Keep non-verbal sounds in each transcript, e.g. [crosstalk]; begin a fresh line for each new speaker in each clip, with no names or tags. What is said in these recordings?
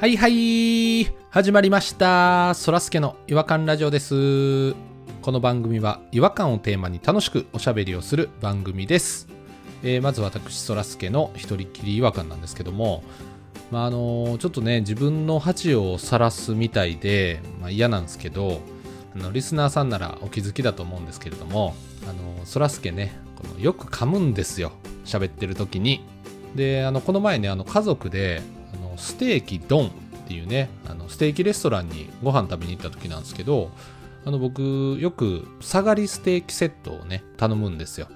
はいはい始まりましたそらすけの違和感ラジオですこの番組は違和感をテーマに楽しくおしゃべりをする番組です、えーまず私そらすけの一人きり違和感なんですけどもまああのちょっとね自分の恥を晒すみたいで、まあ、嫌なんですけどあのリスナーさんならお気づきだと思うんですけれどもあのそらすけねこのよく噛むんですよ喋ってる時にであのこの前ねあの家族であのステーキドンっていうねあのステーキレストランにご飯食べに行った時なんですけどあの僕よく下がりステーキセットをね頼むんですよ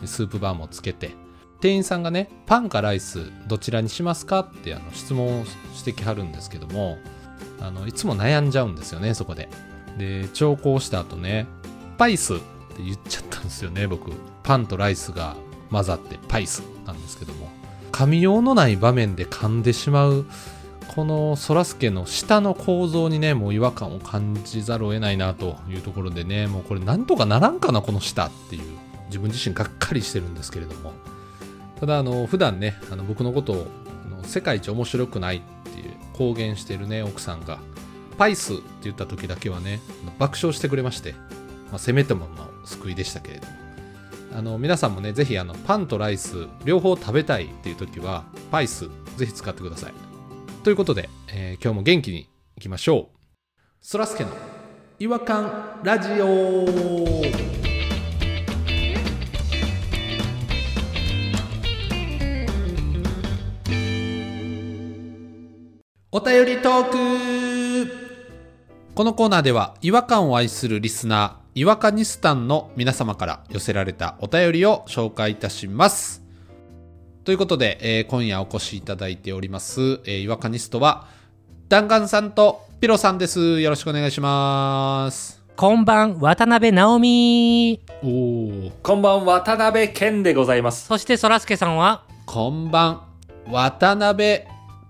でスープバーもつけて店員さんがねパンかライスどちらにしますかってあの質問をしてきはるんですけどもあのいつも悩んじゃうんですよねそこでで調校した後ねパイスって言っちゃったんですよね僕パンとライスが混ざってパイスなんですけども噛みようのない場面で噛んでしまうこのそらすけの下の構造にねもう違和感を感じざるを得ないなというところでねもうこれなんとかならんかなこの下っていう自分自身がっかりしてるんですけれどもただあの普段ねあの僕のことをあの世界一面白くないっていう公言してるね奥さんがパイスって言った時だけはね爆笑してくれまして、まあ、せめてもの救いでしたけれどもあの皆さんもねぜひあのパンとライス両方食べたいっていう時はパイスぜひ使ってくださいということで、えー今日も元気にいきましょうそらすけの違和感ラジオお便りトークこのコーナーでは違和感を愛するリスナー、違和感ニスタンの皆様から寄せられたお便りを紹介いたします。ということで、えー今夜お越しいただいております、えー、違和感ニストは、弾丸さんとピロさんです。よろしくお願いします。
こんばん、渡辺直美。
おー、
こんばんは、渡辺健でございます。
そして、そらすけさんは、
こんばん、渡辺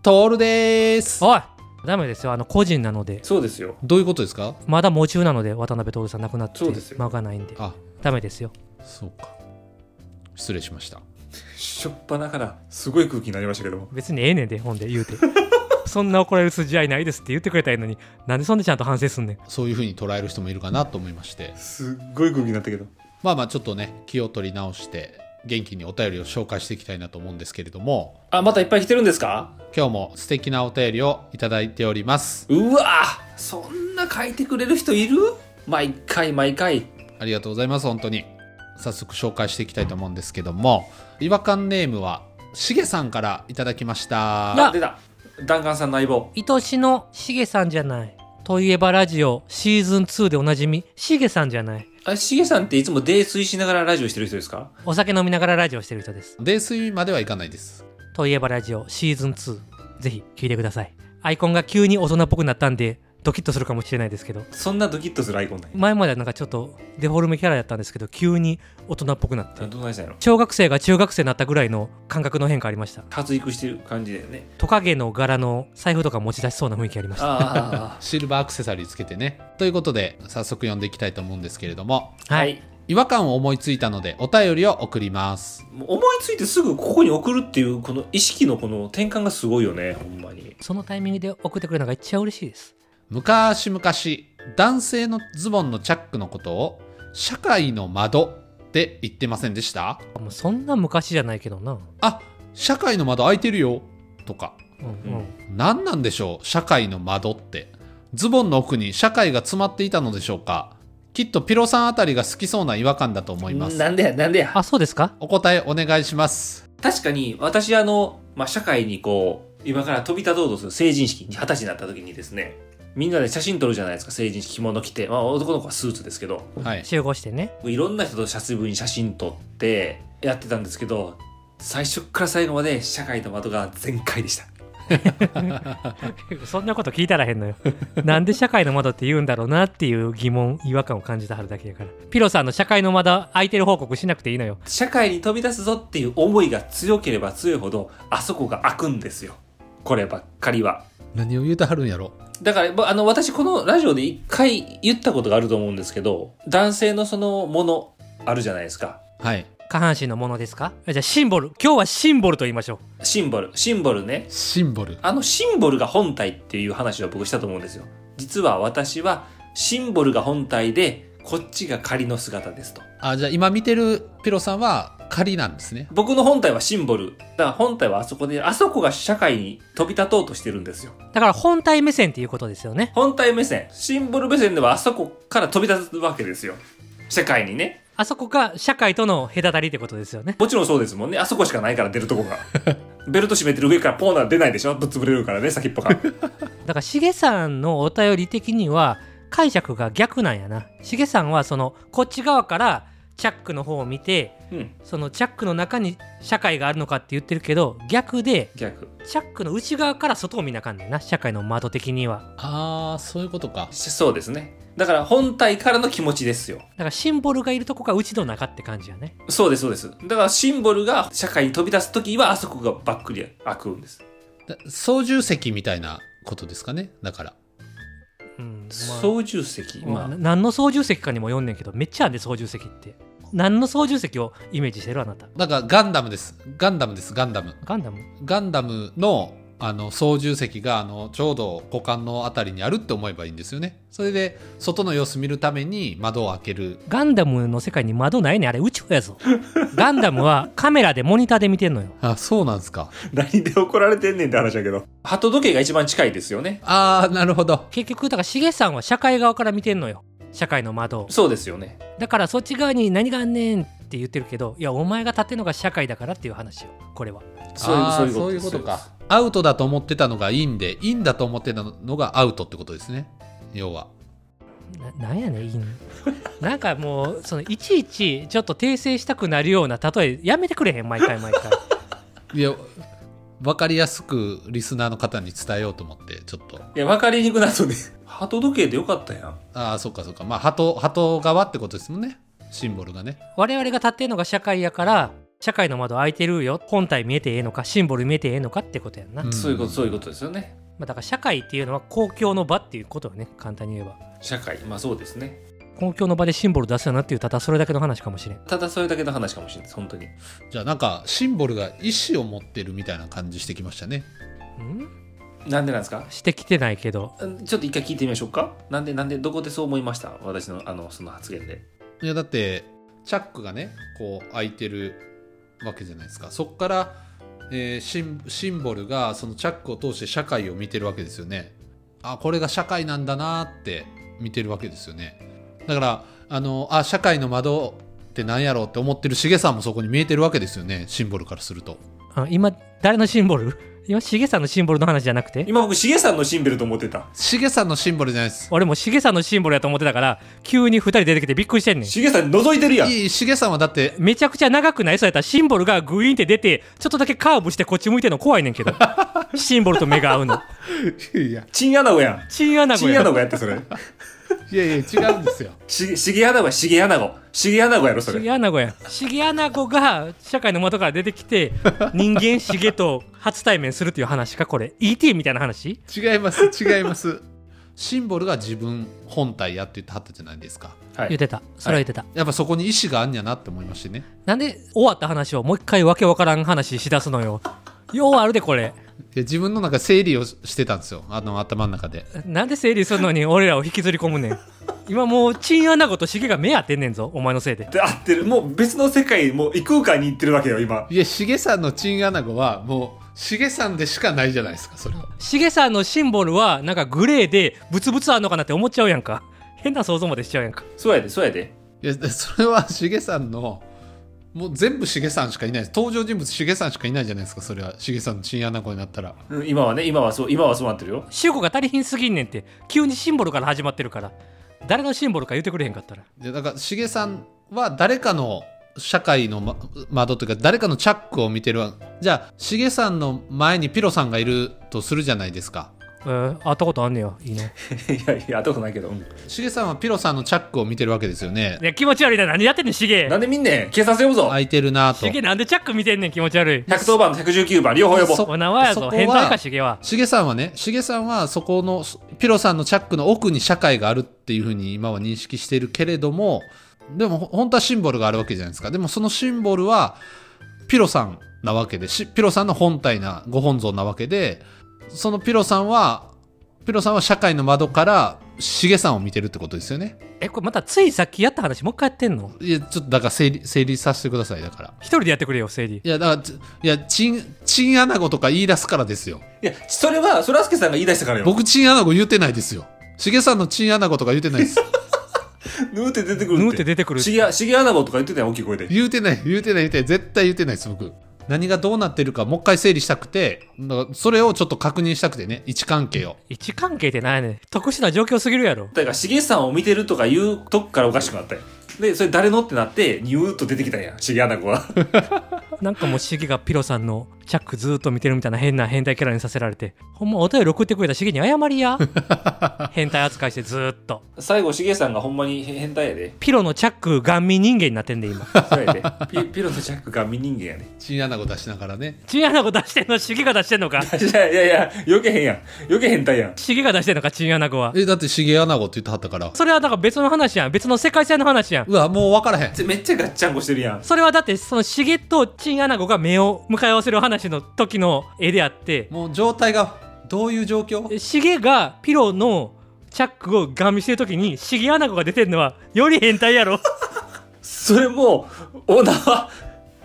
徹です。
おいダメですよ、あの、個人なので。
そうですよ。
どういうことですか
まだ喪中なので、渡辺徹さん亡くなって
そうです、よ
間がないんで。
あ、
ダメですよ。
そうか。失礼しました。
しょっぱなから、すごい空気になりましたけども。
別にええねんで、ほんで、言うて。 [laughs] そんな怒られる筋合いないですって言ってくれたらいいのに、なんでそんでちゃんと反省すんねん。
そういうふうに捉える人もいるかなと思いまして。
すっごい空気になったけど。
まあまあちょっとね気を取り直して元気にお便りを紹介していきたいなと思うんですけれども
あ、またいっぱい来てるんですか
今日も素敵なお便りをいただいております
うわそんな書いてくれる人いる毎回毎回。
ありがとうございます本当に早速紹介していきたいと思うんですけども違和感ネームはしげさんからいただきました
あ、出た。弾丸さんの相棒。
愛しのしげさんじゃない。といえばラジオ、シーズン2でおなじみ、しげさんじゃない。
あ、しげさんっていつも泥酔しながらラジオしてる人ですか
お酒飲みながらラジオしてる人です。
泥酔まではいかないです
といえばラジオシーズン2ぜひ聞いてくださいアイコンが急に大人っぽくなったんでドキッとするかもしれないですけど
そんなドキッとするアイコンない。
前まではなんかちょっとデフォルメキャラだったんですけど急に大人っぽくなって
あどうなりしたんやろ
小学生が中学生になったぐらいの感覚の変化ありました
発育してる感じだよね。
トカゲの柄の財布とか持ち出しそうな雰囲気ありました
あ
シルバーアクセサリーつけてねということで早速読んでいきたいと思うんですけれども
あはい。
違和感を思いついたのでお便りを送ります
も [laughs] う思いついてすぐここに送るっていう、この意識のこの転換がすごいよね、ほんまに。
そのタイミングで送ってくれるのが一番嬉しいです
昔々男性のズボンのチャックのことを社会の窓って言ってませんでした
もうそんな昔じゃないけどな
あ社会の窓開いてるよとか
うんうん
何なんでしょう社会の窓ってズボンの奥に社会が詰まっていたのでしょうかきっとピロさんあたりが好きそうな違和感だと思います
なんでや、なんでや。
あそうですか
お答えお願いします
確かに私あの、まあ、社会にこう今から飛び立とうとする成人式に二十歳になった時にですねみんなで写真撮るじゃないですか成人式着物着て、まあ、男の子はスーツですけど
はい
集合してね
いろんな人と写真部に写真撮ってやってたんですけど最初から最後まで社会の窓が全開でした
[laughs] そんなこと聞いたらへんのよ。 [laughs] なんで社会の窓って言うんだろうなっていう疑問、違和感を感じたはるだけやから。ピロさんの社会の窓空いてる報告しなくていいのよ。
社会に飛び出すぞっていう思いが強ければ強いほどあそこが開くんですよこればっかりは
何を言うてはるんやろ
だから、まああの、私このラジオで一回言ったことがあると思うんですけど、男性のそのものあるじゃないですか。
はい
下半身のものですかじゃあシンボル今日はシンボルと言いましょ
シンボルシンボルね
シンボル
あのシンボルが本体っていう話を僕したと思うんですよ実は私はシンボルが本体でこっちが仮の姿ですと
あじゃあ今見てるピロさんは仮なんですね
僕の本体はシンボルだから本体はあそこであそこが社会に飛び立とうとしてるんですよ
うだから本体目線っていうことですよね
本体目線シンボル目線ではあそこから飛び立つわけですよ社会にね
あそこが社会との隔たりってことですよね
もちろんそうですもんねあそこしかないから出るとこ
[laughs]
がベルト締めてる上からポーンなんて出ないでしょぶっ潰れるからね先っぽが
だからしげさんのお便り的には解釈が逆なんやなしげさんはそのこっち側からチャックの方を見て
うん
そのチャックの中に社会があるのかって言ってるけど逆で
逆
チャックの内側から外を見なあかんねんな社会の窓的には
ああそういうことか
しそうですねだから本体からの気持ちですよ
だからシンボルがいるとこがうちの中って感じやね
そうですそうですだからシンボルが社会に飛び出す時はあそこがばっくり開くんです、
だ操縦席みたいなことですかねだから
うん
操縦席
まあ
ま
な
あ
何の操縦席かにも読んねんけどめっちゃあんで操縦席って何の操縦席をイメージしてるあなた
だからガンダムですガンダムですガンダム
ガンダム
ガンダムのあの操縦席があのちょうど股間のあたりにあるって思えばいいんですよねそれで外の様子見るために窓を開ける
ガンダムの世界に窓ないねんあれ宇宙やぞガンダムはカメラでモニターで見てんのよ
あそうなんですか
何で怒られてんねんって話だけど鳩時計が一番近いですよね
ああなるほど
結局だからしげさんは社会側から見てんのよ社会の窓を
そうですよね
だからそっち側に何があんねんって言ってるけどいやお前が立てんのが社会だからっていう話よこれは
そういう
あー
そういうこと
そういうこと
そういうことで
かアウトだと思ってたのがインでインだと思ってたのがアウトってことですね要は
ななんやねんいいの [laughs] なんかもうそのいちいちちょっと訂正したくなるような例えやめてくれへん毎回毎回
いや分かりやすくリスナーの方に伝えようと思ってちょっと
いや分かりにくなるとね鳩時計でよかったやん
ああそっかそっかまあ鳩鳩側ってことですもんねシンボルがね
我々が立ってんのが社会やから社会の窓開いてるよ本体見えてええのかシンボル見えてええのかってことやんな、
うん
そういうことそういうことですよね
まあ、だから社会っていうのは公共の場っていうことよね簡単に言えば
社会まあそうですね
公共の場でシンボル出すよなっていうただそれだけの話かもしれん
ただそれだけの話かもしれないです本当に
じゃあなんかシンボルが意思を持ってるみたいな感じしてきましたね
ん
なんでなんですか
してきてないけど
うんちょっと一回聞いてみましょうかなんでなんでどこでそう思いました私のあのその発言で
いやだってチャックがねこう開いてるわけじゃないですかそっから、えーシンシンボルがそのチャックを通して社会を見てるわけですよねあこれが社会なんだなって見てるわけですよねだからあのあ社会の窓って何やろうって思ってるしげさんもそこに見えてるわけですよねシンボルからすると
あ今誰のシンボル [laughs] 今しげさんのシンボルの話じゃなくて
今僕しげさんのシンベルと思ってた
しげさんのシンボルじゃないです
俺もしげさんのシンボルやと思ってたから急に2人出てきてびっくりしてんねん
しげさん覗いてるやん
いいしげさんはだって
めちゃくちゃ長くないそうやったらシンボルがグイーンって出てちょっとだけカーブしてこっち向いてんの怖いねんけどシンボルと目が合うの
いや
チンアナゴやん
チンアナゴ
チンア
や
ナゴやってそれ
いやいや違うんですよ
しげしげアナゴはしげアナゴしげアナゴやろそ
シ
れ
ゲアナゴやシゲアナゴが社会の窓から出てき
[laughs]
て人間シゲと初対面するっていう話かこれ ET みたいな話
[laughs] 違います違いますシンボルが自分本体やって言ってはったじゃないですか
は
言っ
い
てたそれは言ってた、
やっぱそこに意思があんやなって思いましてね
なんで終わった話をもう一回わけわからん話しだすのよようあるでこれ
で自分の中整理をしてたんですよあの頭の中で
なんで整理するのに俺らを引きずり込むねん今もうチンアナゴとシゲが目当てんねんぞお前のせいで
で合ってるもう別の世界もう異空間に行ってるわけよ今
いやしげさんのチンアナゴはもうしげさんでしかないじゃないですかそれは
しげさんのシンボルはなんかグレーでブツブツあんのかなって思っちゃうやんか変な想像までしちゃうやんか
そうやでそうやで
いやでそれはしげさんのもう全部しげさんしかいないです登場人物しげさんしかいないじゃないですかそれはしげさんのチンアナゴになったら
うん今はね今はそう今はそうなってるよ [laughs]
主語が足りひんすぎんねんって急にシンボルから始まってるから誰のシンボルか言ってくれへんかったら
でだからしげさんは誰かの社会の、ま、窓というか誰かのチャックを見てるわじゃあしげさんの前にピロさんがいるとするじゃないですか
えー、会ったことあんねやいいね
いやいや会ったことないけど、うん
しげさんはピロさんのチャックを見てるわけですよね
いや気持ち悪いな何やってんねんしげ
なんで見んねん警察呼ぶぞ
空いてるなと
しげなんでチャック見てんねん気持ち悪い
110番と119番両方呼ぼ
そう
お名前や
そこ
ぞ
は
変態かしげは
しげさんはねしげさんはそこのピロさんのチャックの奥に社会があるっていうふうに今は認識してるけれどもでもほ本当はシンボルがあるわけじゃないですかでもそのシンボルはピロさんなわけでしピロさんの本体なご本尊なわけでそのピロさんはピロさんは社会の窓からシゲさんを見てるってことですよね
えこれまたついさっきやった話もう一回やってんの
いやちょっとだから整理整理させてくださいだから
一人でやってくれよ整理
いやだからちいやチンチンアナゴとか言い出すからですよ
いや、それは、そらすけさんが言い出したからよ。
僕チンアナゴ言ってないですよシゲさんのチンアナゴとか言ってないです [laughs]
ぬーって出てくるって。
ぬーって出てくる
しげ、しげアナゴとか言ってたよ、大きい声で。
言うてない言うてない言うてない絶対言うてないです僕何がどうなってるかもう一回整理したくてだからそれをちょっと確認したくてね位置関係を
位置関係ってないねん特殊な状況すぎるやろ
だから、しげさんを見てるとか言うとこからおかしくなったよ。で、それ誰のってなって、ニューっと出てきたんや、しげアナゴは。
なんかもうシゲがピロさんのチャックずーっと見てるみたいな変な変態キャラにさせられてほんまお便り送ってくれたシゲに謝り [laughs] や変態扱いしてずーっと
[laughs] 最後、しげさんがほんまに変態やで。
ピロのチャック顔面人間になってんで今
そうやで。 [laughs] ピピロとジャックが未人間やで。
チンアナゴ出しながらね
チンアナゴ出してんのシゲが出してんのか
[laughs] いやいやいや、避けへんやん。避け変態やん。
シゲが出してんのかチンアナゴは
えだってシゲアナゴって言ってはったから
それはだから別の話やん別の世界線の話やん
うわもう分からへん
めっちゃガッチャンコしてるやん。
それはだってそのシゲとチンアナゴが目を向かい合わせる話の時の絵であって
もう状態がどういう状況
シゲがピロのチャックをガン見してる時にシゲアナゴが出てるのはより変態やろ
それもう、オーナーは、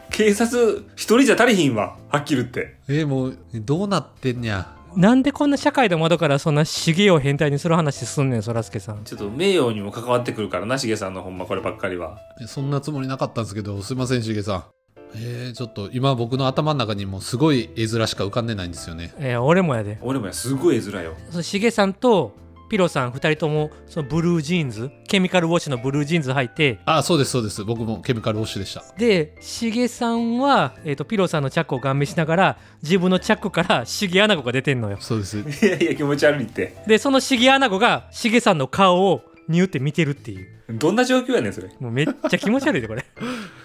警察一人じゃ足りひんわ。はっきり言って。
えもうどうなってんにゃ
なんでこんな社会の窓からそんなシゲを変態にする話すんねんそらすけさん
ちょっと名誉にも関わってくるからな、しげさんのほんまこればっかりは。
えそんなつもりなかったんですけどすいませんシゲさんえー、ちょっと今僕の頭の中にもうすごい絵面しか浮かんでないんですよね
えー俺もやで
俺もや、すごい絵面よ。
そのシゲさんとピロさん2人ともそのブルージーンズケミカルウォッシュのブルージーンズ履いて
あそうですそうです僕もケミカルウォッシュでした
でシゲさんは、えー、とピロさんのチャックをガン見しながら自分のチャックからシゲアナゴが出てんのよ
そうです
[laughs] いやいや、気持ち悪いって。
でそのシゲアナゴがシゲさんの顔をニューって見てるっていう
どんな状況やねん、それ。
もうめっちゃ気持ち悪いでこれ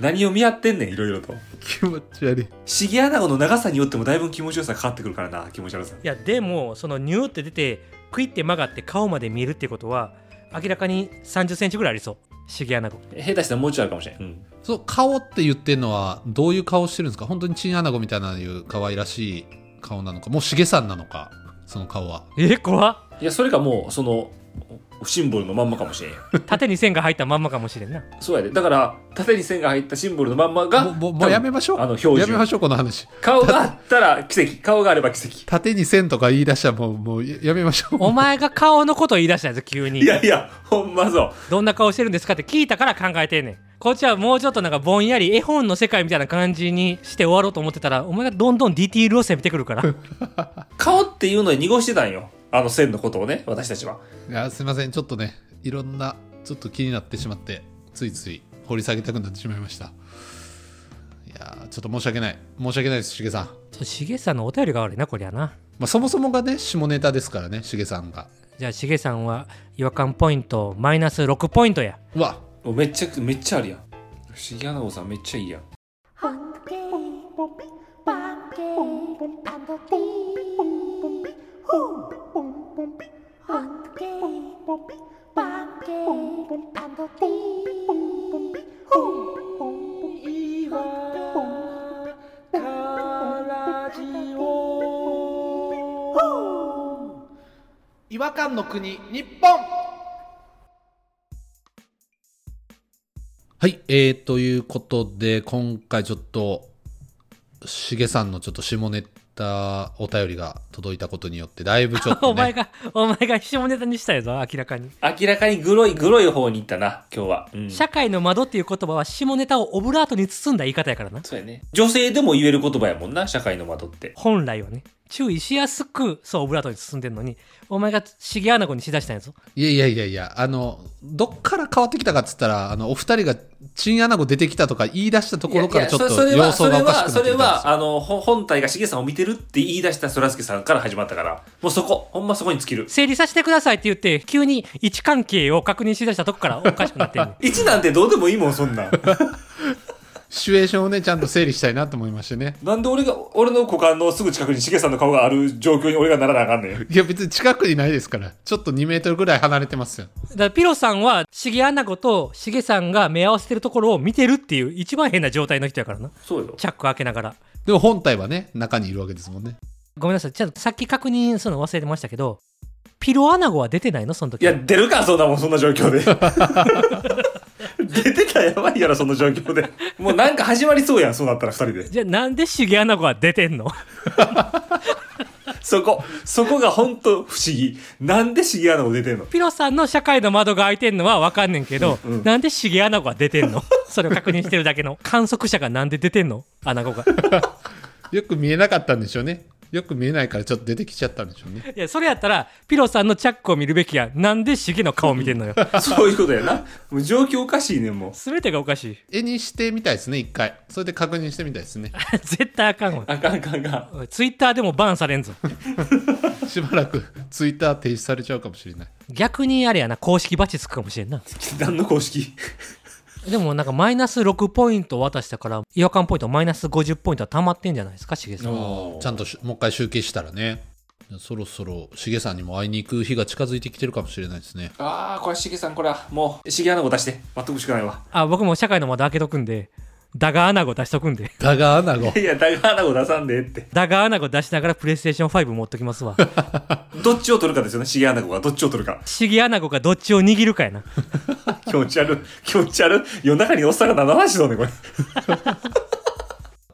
何を見合ってんねん、いろいろと。
気持ち悪い
シゲアナゴの長さによってもだいぶ気持ちよさ変わってくるからな、気持ち悪さ。
いやでもそのニューって出てクイって曲がって顔まで見えるってことは明らかに3 0センチぐらいありそうシゲアナゴ
下手したらもうちょいあるかもしれん。うん。
そう顔って言ってるのはどういう顔してるんですか本当にチンアナゴみたいないう可愛らしい顔なのかもうシゲさんなのかその顔は
えー、怖っ
いや、それかもう、その、シンボルのまんまかもしれんよ。
縦に線が入ったまんまかもしれんな
そうやで。だから、縦に線が入ったシンボルのまんまが、
もうもうもうやめましょう
あの、標準。
やめましょうこの話
顔があったら奇跡。顔があれば奇跡。
縦に線とか言い出したらもうもうややめましょう
お前が顔のこと言い出したやつ急に
いやいや、ほんまそう。
どんな顔してるんですかって聞いたから考えてんねんこっちはもうちょっとなんかぼんやり絵本の世界みたいな感じにして終わろうと思ってたらお前がどんどんディティールを攻めてくるから
顔っていうのに濁してたんよ。あの線のことをね、私たちは。
いやすいませんちょっとねいろんなちょっと気になってしまってついつい掘り下げたくなってしまいましたいやーちょっと申し訳ない申し訳ないですシゲさん、
ちょしげさんのお便りが悪いなこりゃな
まあ、そもそもがね下ネタですからねシゲさんが
じゃあしげさんは違和感ポイントマイナス6ポイントや
うわ
おめっちゃ、めっちゃあるやん。不思議アナゴさんめっちゃいいやん。
Hunky,
違和感の国日本はいえー、ということで今回ちょっとしげさんのちょっと下ネタお便りが届いたことによってだいぶちょっと
[laughs]
お
ね
前がお前が下ネタにしたやぞ明らかに、
明らかにグロい、グロい方に行ったな、今日は。うん。
社会の窓っていう言葉は下ネタをオブラートに包んだ言い方やからな
そうやね。女性でも言える言葉やもんな、社会の窓って。
本来はね注意しやすくそうオブラートに包んでんのにお前がしげアナゴにしだしたんやぞ
いやいやいやいやあのどっから変わってきたかっつったらあのお二人がチンアナゴ出てきたとか言い出したところからちょっと
いやいや
様
そ
相が
れは
おかしくな
そ
って
れ
きたんです
はそれは、
よ
あの、ほ本体がしげさんを見てるって言い出したそらすけさんから始まったから、もうそこ、ほんまそこに尽きる。
整理させてくださいって言って急に位置関係を確認しだしたとこからおかしくなってる
[laughs]
1なんてどうでもいいもん、そんなん。
シチュエーションをね、ちゃんと整理したいなと思いましてね。
なんで俺が、俺の股間のすぐ近くにしげさんの顔がある状況に俺がならなあかんねん。
いや、別に近くにないですから。ちょっと2メートルぐらい離れてますよ。
だからピロさんはシゲアナゴとシゲさんが目合わせてるところを見てるっていう一番変な状態の人やからな
そうよ。
チャック開けながら
でも本体はね、中にいるわけですもんね。
ごめんなさいちょっとさっき確認するの忘れてましたけどピロアナゴは出てないのその時
いや、出るか、そんなもん、そんな状況で。 [laughs] 出てたらやばいやろ、そんな状況で。もうなんか始まりそうやん、そうなったら二人で。
じゃあなんでシゲアナゴは出て
[laughs]
んの
そこ、そこが本当不思議。なんでシゲアナゴ出てんの
ピロさんの社会の窓が開いてんのは分かんねんけど、
うんうん
なんでシゲアナゴは出てんのそれを確認してるだけの観測者がなんで出てんのアナゴが
よく見えなかったんでしょうね。よく見えないからちょっと出てきちゃったんでしょうね。
いやそれやったらピロさんのチャックを見るべきやなんでシゲの顔見てんのよ
[laughs] そういうことやな。もう状況おかしいねん、もう。
全てがおかしい [laughs]
絵にしてみたいですね、一回。それで確認してみたいですね。
絶対あかんわ
あかんあかんあかん。
おいツイッターでもバンされんぞ
しばらくツイッター停止されちゃうかもしれない。
逆にあれやな公式バチつくかもしれんな
何の公式
でもなんかマイナス6ポイント渡したから違和感ポイントマイナス50ポイントは溜まってんじゃないですかしげさん
ちゃんとしもう一回集計したらね。そろそろしげさんにも会いに行く日が近づいてきてるかもしれないですね。
ああ、これしげさん、これはもう、しげアナゴ出して。全くしかないわ。
あ僕も社会の窓開けとくんでダガアナゴ出しとくんで
だがアナゴ
[laughs] い。や、ダガアナゴ出さんでって。
ダガアナゴ出しながらプレイステーション5持っときますわ [laughs]
どっちを取るかですよね、しげアナゴが。どっちを取るか。
シゲアナゴがどっちを握るかやな
気持ち悪い。気持ち悪い。夜中におっさんが7話しそうね、これ。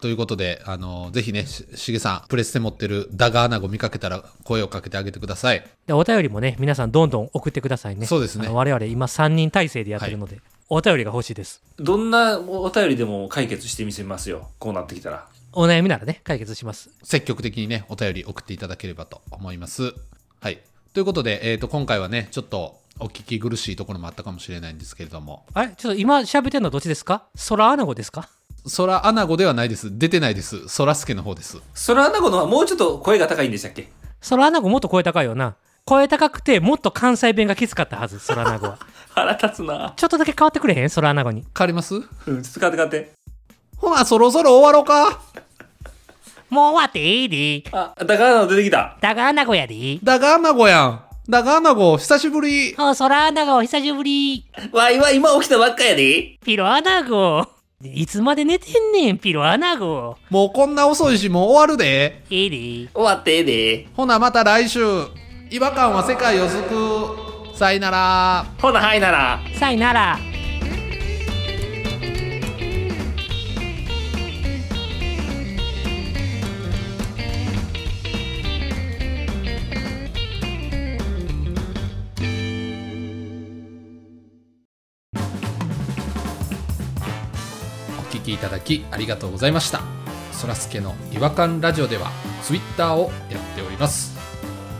ということで、あの、ぜひね、ししげさん、プレステ持ってるだがアナゴ見かけたら声をかけてあげてください。
でお便りもね皆さんどんどん送ってくださいね
そうですね
あの我々今3人体制でやってるので、お便りが欲しいです
どんなお便りでも解決してみせますよ。こうなってきたら。
お悩みならね解決します
積極的にね、お便り送っていただければと思います。はい。ということで、えっ、と、今回はね、ちょっとお聞き苦しいところもあったかもしれないんですけれども、
あれちょっと今喋ってるのはどっちですか空アナゴですか
空アナゴではないです。出てないです。空助の方です。
そらアナゴのはもうちょっと声が高いんでしたっけ
空アナゴもっと声高いよな声高くてもっと関西弁がきつかったはず空アナゴ [laughs] は
腹立つな。
ちょっとだけ変わってくれへん空アナゴに
変わります
うん、ちょっと買って買って。
ほな、そろそろ終わろうか。
もう終わっていいで
あ、ダガアナゴ出てきた。
だがアナゴやで
だがアナゴやん。だがアナゴ、久しぶり。
お空アナゴお久しぶり
わいわい、今起きたばっかやで。
ピロアナゴいつまで寝てんねんピロアナゴ
もうこんな遅いし、もう終わるで。
いいで
終わってえで。
ほな、また来週。違和感は世界を救う。さいなら。
ほな、はいなら。
さいなら
お聞きいただきありがとうございましたそらすけの違和感ラジオではツイッターをやっております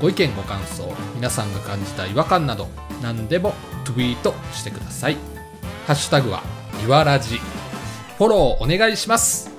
ご意見ご感想皆さんが感じた違和感など何でもツイートしてくださいハッシュタグはいわらじフォローお願いします